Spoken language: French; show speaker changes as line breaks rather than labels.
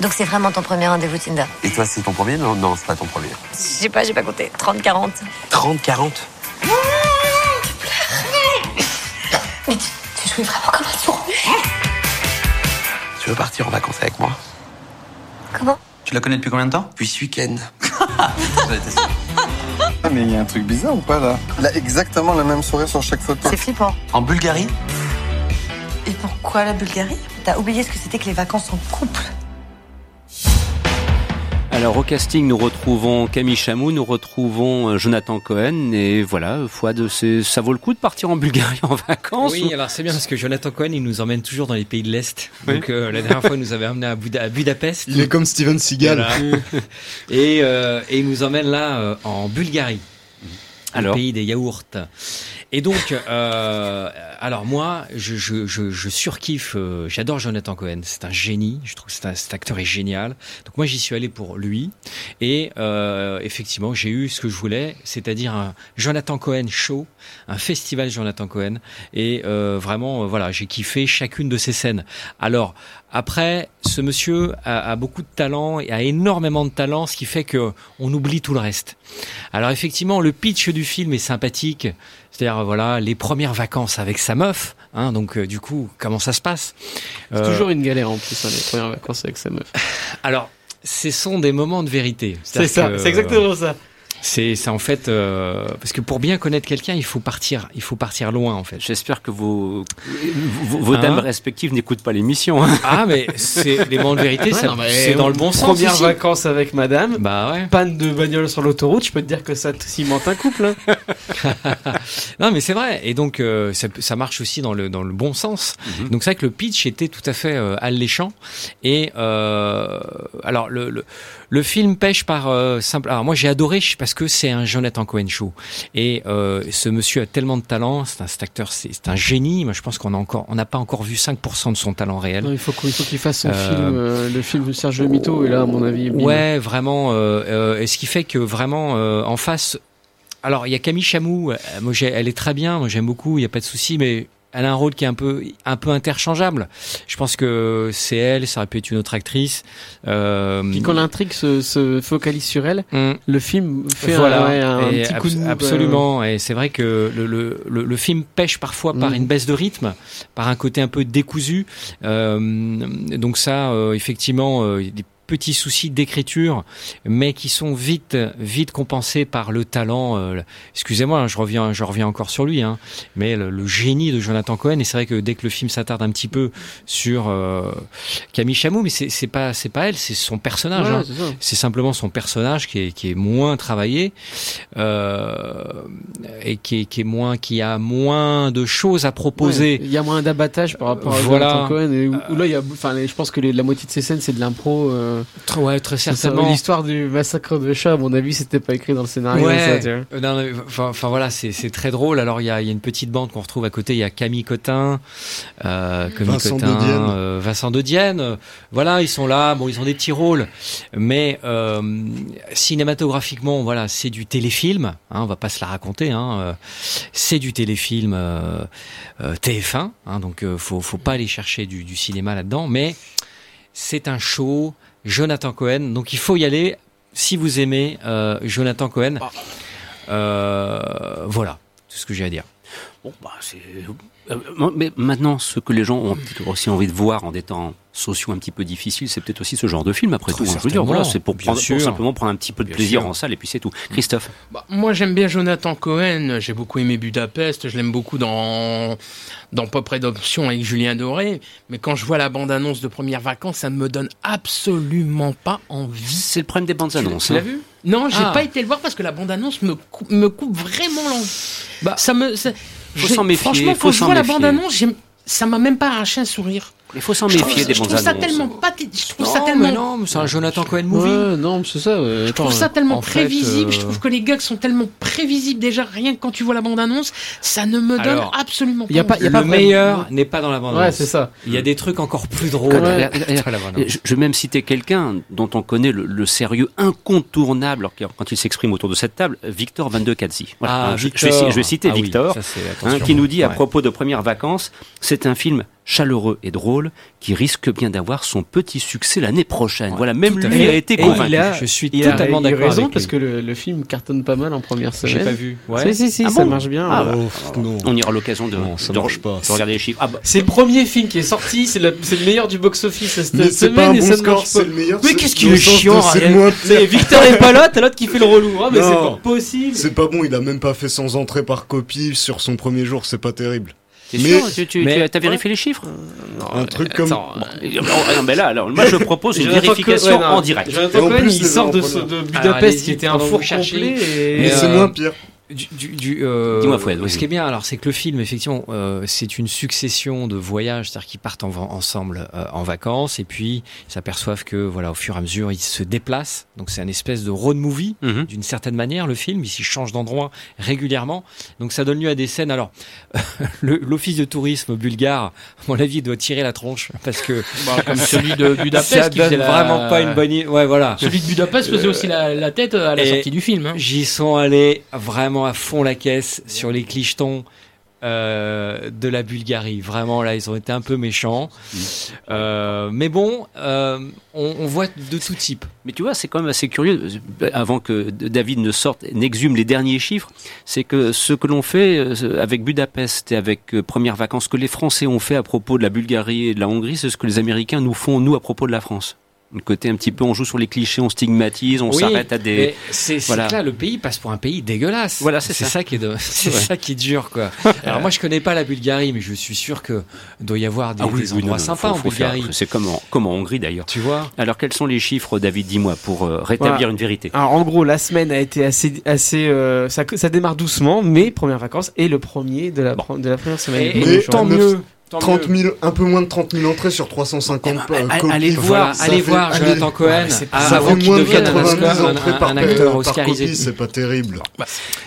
Donc c'est vraiment ton premier rendez-vous Tinder
Et toi, c'est ton premier Non, non, c'est pas ton premier.
Je sais pas, j'ai pas compté. 30, 40.
30, 40
Mais tu, tu jouis vraiment comme un sourd.
Tu veux partir en vacances avec moi
Comment
Tu la connais depuis combien de temps
Puis ce week-end.
Ah, mais il y a un truc bizarre ou pas là Il a exactement la même soirée sur chaque photo.
C'est flippant.
En Bulgarie
Et pourquoi la Bulgarie T'as oublié ce que c'était que les vacances en couple.
Alors au casting, nous retrouvons Camille Chamou, nous retrouvons euh, Jonathan Cohen et voilà, Fouad, c'est- ça vaut le coup de partir en Bulgarie en vacances
Oui, alors c'est bien parce que Jonathan Cohen, il nous emmène toujours dans les pays de l'Est. Donc euh, la dernière fois, il nous avait emmené à, Buda- à Budapest.
Il est comme Steven Seagal.
Voilà. et, euh, et il nous emmène là euh, en Bulgarie.
Mhm. Alors
le pays des yaourts. Et donc, euh, alors moi, je, je, je, je surkiffe, euh, j'adore Jonathan Cohen, c'est un génie, je trouve que c'est un- cet acteur est génial. Donc moi, j'y suis allé pour lui, et euh, effectivement, j'ai eu ce que je voulais, c'est-à-dire un Jonathan Cohen show, un festival Jonathan Cohen, et euh, vraiment, euh, voilà, j'ai kiffé chacune de ses scènes. Alors, après, ce monsieur a, a beaucoup de talent et a énormément de talent, ce qui fait que on oublie tout le reste. Alors effectivement, le pitch du film est sympathique, c'est-à-dire euh, voilà les premières vacances avec sa meuf, hein, donc euh, du coup comment ça se passe
C'est
Euh,
toujours une galère en plus, hein, les premières vacances avec sa meuf.
Alors, ce sont des moments de vérité.
C'est
C'est-à-dire
ça,
que-
c'est exactement ça.
C'est c'est en fait euh, parce que pour bien connaître quelqu'un, il faut partir, il faut partir loin en fait.
J'espère que vos, vos, vos dames
Hein
respectives n'écoutent pas l'émission. hein.
Ah mais c'est les moments de
Ouais,
vérité, ça-
non, mais
c'est dans le bon sens.
Premières
ici.
vacances avec madame,
Bah ouais.
panne de bagnole sur l'autoroute, je peux te dire que ça te cimente un couple. hein.
Non, mais c'est vrai. Et donc, euh, ça, ça marche aussi dans le, dans le bon sens.
Mhm.
Donc, c'est vrai que le pitch était tout à fait euh, alléchant. Et euh, alors, le, le, le film pêche par euh, simple. Alors, moi, j'ai adoré parce que c'est un Jonathan Cohen show. Et euh, ce monsieur a tellement de talent. C'est un, cet acteur, c'est c'est un génie. Moi, je pense qu'on a encore, on n'a pas encore vu 5% de son talent réel.
Non, il faut qu'on- il faut qu'il fasse son
Euh,
film, euh, le film de Serge Le Mito, et là, à mon avis, bim.
Ouais, vraiment. euh, euh, et ce qui fait que vraiment, euh, en face. Alors, il y a Camille Chamou. euh, moi, j'ai- elle est très bien. Moi, j'aime beaucoup. Il n'y a pas de souci. Mais elle a un rôle qui est un peu, un peu interchangeable. Je pense que c'est elle. Ça aurait pu être une autre actrice. Euh,
Puis quand l'intrigue se, se focalise sur elle,
hum.
le film fait un-
Voilà.
ouais, un,
Et
petit
abs-
coup de mou, euh,
absolument. Et c'est vrai que le, le, le, le film pêche parfois par
Mhm.
une baisse de rythme, par un côté un peu décousu. Euh, donc ça, euh, effectivement, euh, des petits soucis d'écriture, mais qui sont vite, vite compensés par le talent. euh, le- Excusez-moi, hein, je reviens, je reviens encore sur lui, hein, mais le, le génie de Jonathan Cohen. Et c'est vrai que dès que le film s'attarde un petit peu sur euh, Camille Chamou, mais c'est c'est pas, c'est pas elle, c'est son
euh,
personnage.
voilà,
hein.
c'est ça.
C'est simplement son personnage qui est, qui est moins travaillé euh, et qui est, qui est moins, qui a moins de choses à
Ouais,
proposer.
Il y a moins d'abattage par rapport à
Voilà.
Jonathan Cohen. et où, où là, il y a, enfin, les- je pense que les- la moitié de ces scènes, c'est de l'impro. euh,
Tr- Ouais, très
c'est ça.
certainement.
L'histoire du massacre de chat, à mon avis, c'était pas écrit dans le scénario. ça,
Ouais.
tu vois.
Euh, non, non, mais, enfin, enfin, voilà, c'est c'est très drôle. Alors il y a, il y a une petite bande qu'on retrouve à côté. Il y a Camille Cotin, euh, Camille
Vincent
Cotin,
Dodienne.
euh, Vincent Dodienne. Euh, Voilà, ils sont là. Bon, ils ont des petits rôles, mais euh, cinématographiquement, voilà, c'est du téléfilm. Hein, on va pas se la raconter. Hein, euh, c'est du téléfilm euh, euh, TF1. Hein, donc euh, faut faut pas aller chercher du, du cinéma là-dedans. Mais c'est un show. Jonathan Cohen. Donc il faut y aller si vous aimez euh, Jonathan Cohen. Euh, voilà, tout ce que j'ai à dire.
Bon, bah, c'est- euh, euh, mais maintenant, ce que les gens ont peut-être aussi envie de voir en des temps sociaux un petit peu difficiles, c'est peut-être aussi ce genre de film. Après
Très
tout, hein. je veux dire, voilà,
certainement.
c'est pour,
Bien
prendre- pour
sûr.
simplement prendre un petit peu de
Bien
plaisir
sûr.
en salle et puis c'est tout. Christophe,
Bah, moi, j'aime bien Jonathan Cohen. J'ai beaucoup aimé Budapest. Je l'aime beaucoup dans, dans Pop Redemption avec Julien Doré. Mais quand je vois la bande-annonce de Premières Vacances, ça ne me donne absolument pas envie.
c'est le problème des bandes annonces. hein.
Tu l'as vu Non, j'ai
Ah.
pas été le voir parce que la bande-annonce me coupe, me coupe vraiment l'envie.
Bah,
ça me. ça-
faut
j'ai-
s'en méfier,
Franchement,
faut
quand je
s'en
vois la
méfier.
bande-annonce, j'ai- ça m'a même pas arraché un sourire.
Il faut s'en
Je
méfier
trouve,
des
je
bandes
trouve ça tellement
annonces.
pas. Je trouve ça tellement.
non, mais c'est un Jonathan Cohen
Ouais, non, mais c'est ça. euh,
Je trouve
attends,
ça tellement
en fait,
prévisible.
euh,
Je trouve que les gags sont tellement prévisibles déjà. Rien que quand tu vois la bande-annonce, ça ne me donne
Alors,
absolument pas.
y a pas-
envie.
y a
Le
pas vraiment-
meilleur n'est pas dans la bande
Ouais, c'est ça.
Il y a des trucs encore plus drôles.
Ouais.
Dans la bande-annonce.
Je, je vais même citer quelqu'un dont on connaît le, le sérieux incontournable alors qu'il- quand il s'exprime autour de cette table, Victor Van de Cadzi. Voilà.
Ah,
je, je vais, ci- je vais citer
Ah oui,
Victor,
ça, c'est-
hein,
attention.
qui nous dit à
Ouais.
propos de Premières Vacances, c'est un film chaleureux et drôle qui risque bien d'avoir son petit succès l'année prochaine. voilà, même
tout à
lui
fait.
a été
Et
convaincu.
il a- je suis
Il a
totalement
il a
d'accord
raison
avec
parce
lui.
que le, le film cartonne pas mal en première semaine.
J'ai pas vu.
Si, si, si,
Ah
ça
bon
marche bien. ouais.
Ah, bah,
non.
On aura l'occasion de,
Non, ça
de-
marche pas.
de regarder les chiffres. Ah, bah,
C'est le premier film qui est sorti, c'est la- c'est le meilleur du box-office cette
Mais c'est pas
semaine
un
et
bon
ça ne
score,
marche pas.
c'est le meilleur.
Mais
c'est-
qu'est-ce qu'il
dans
est
le sens
chiant,
de C'est
Ariel.
le moins
C'est
pire.
Victor est pas là, t'as l'autre qui fait le relou. Ah, mais c'est
Non.
pas possible.
C'est pas bon, il a même pas fait 100 entrées par copie sur son premier jour, c'est pas terrible.
t'es
Mais-
sûr Tu, tu-
mais-
tu as t'as vérifié les chiffres
un truc comme.
Attends, euh, oh, non, mais là, alors, moi je propose une
Jonathan
vérification
Cohen,
en
hein.
direct.
Jonathan
Et en
Cohen,
plus,
il
les
sort de,
entrepreneurs.
ce- de
Alors,
Budapest qui
allez-y,
était un
pendant
four
que vous cherchez.
complet. Et...
Mais c'est
euh,
moins pire.
Du, du, du, euh,
Dis-moi, Fouad, vas-y.
Ce qui est bien, alors, c'est que le film, effectivement, euh, c'est une succession de voyages, c'est-à-dire qu'ils partent en- ensemble euh, en vacances, et puis ils s'aperçoivent que, voilà, au fur et à mesure, ils se déplacent. Donc, c'est un espèce de road movie,
Mhm.
d'une certaine manière, le film. Il s'y change d'endroit régulièrement. Donc, ça donne lieu à des scènes. Alors, le- l'office de tourisme bulgare, à mon avis, doit tirer la tronche, parce que
Bah, comme celui de
ça
Budapest qui
donne
faisait la-
vraiment pas une bonne idée. Ouais, voilà.
Celui de Budapest faisait aussi la, la tête à la
et-
sortie du film. hein.
J'y sont allés vraiment à fond la caisse sur les clichetons euh, de la Bulgarie. Vraiment, là, ils ont été un peu méchants.
Mm.
Euh, mais bon, euh, on, on voit de tout type.
Mais tu vois, c'est quand même assez curieux, euh, avant que David ne sorte, n'exhume les derniers chiffres, c'est que ce que l'on fait euh, avec Budapest et avec euh, Premières Vacances, ce que les Français ont fait à propos de la Bulgarie et de la Hongrie, c'est ce que les Américains nous font, nous, à propos de la France. Le côté un petit peu, on joue sur les clichés, on stigmatise, on
Oui,
s'arrête à des...
Mais c'est c'est
voilà.
que là, le pays passe pour un pays dégueulasse.
Voilà, c'est
c'est
ça.
ça. qui est de- c'est
Ouais.
ça qui est dur, quoi. Alors moi, je connais pas la Bulgarie, mais je suis sûr que doit y avoir des,
Ah oui,
des
oui, non,
endroits
non,
sympas
faut-
en
faut faire-
Bulgarie.
C'est comme, en- comme en Hongrie, d'ailleurs.
Tu vois
Alors, quels sont les chiffres, David, dis-moi, pour euh, rétablir
Voilà.
une vérité
Alors, Ah, en gros, la semaine a été assez, assez, euh, ça, ça démarre doucement, mais première vacances est le premier de la, pre- de la première semaine.
Et-
du premier
Mais
jour.
tant mieux.
Tant
30 000, un peu moins de 30 000 entrées sur 350
Eh ben,
euh, copies.
allez voir,
Voilà, ça
allez
fait-
voir
allez-
Jonathan Cohen
Ouais, c'est pas-
ah,
Ça
avant
fait
qu'il
moins de
devienne un,
90
Oscar- un-
entrées
un
par,
acteur
par
oscarisé.
copie, c'est pas terrible.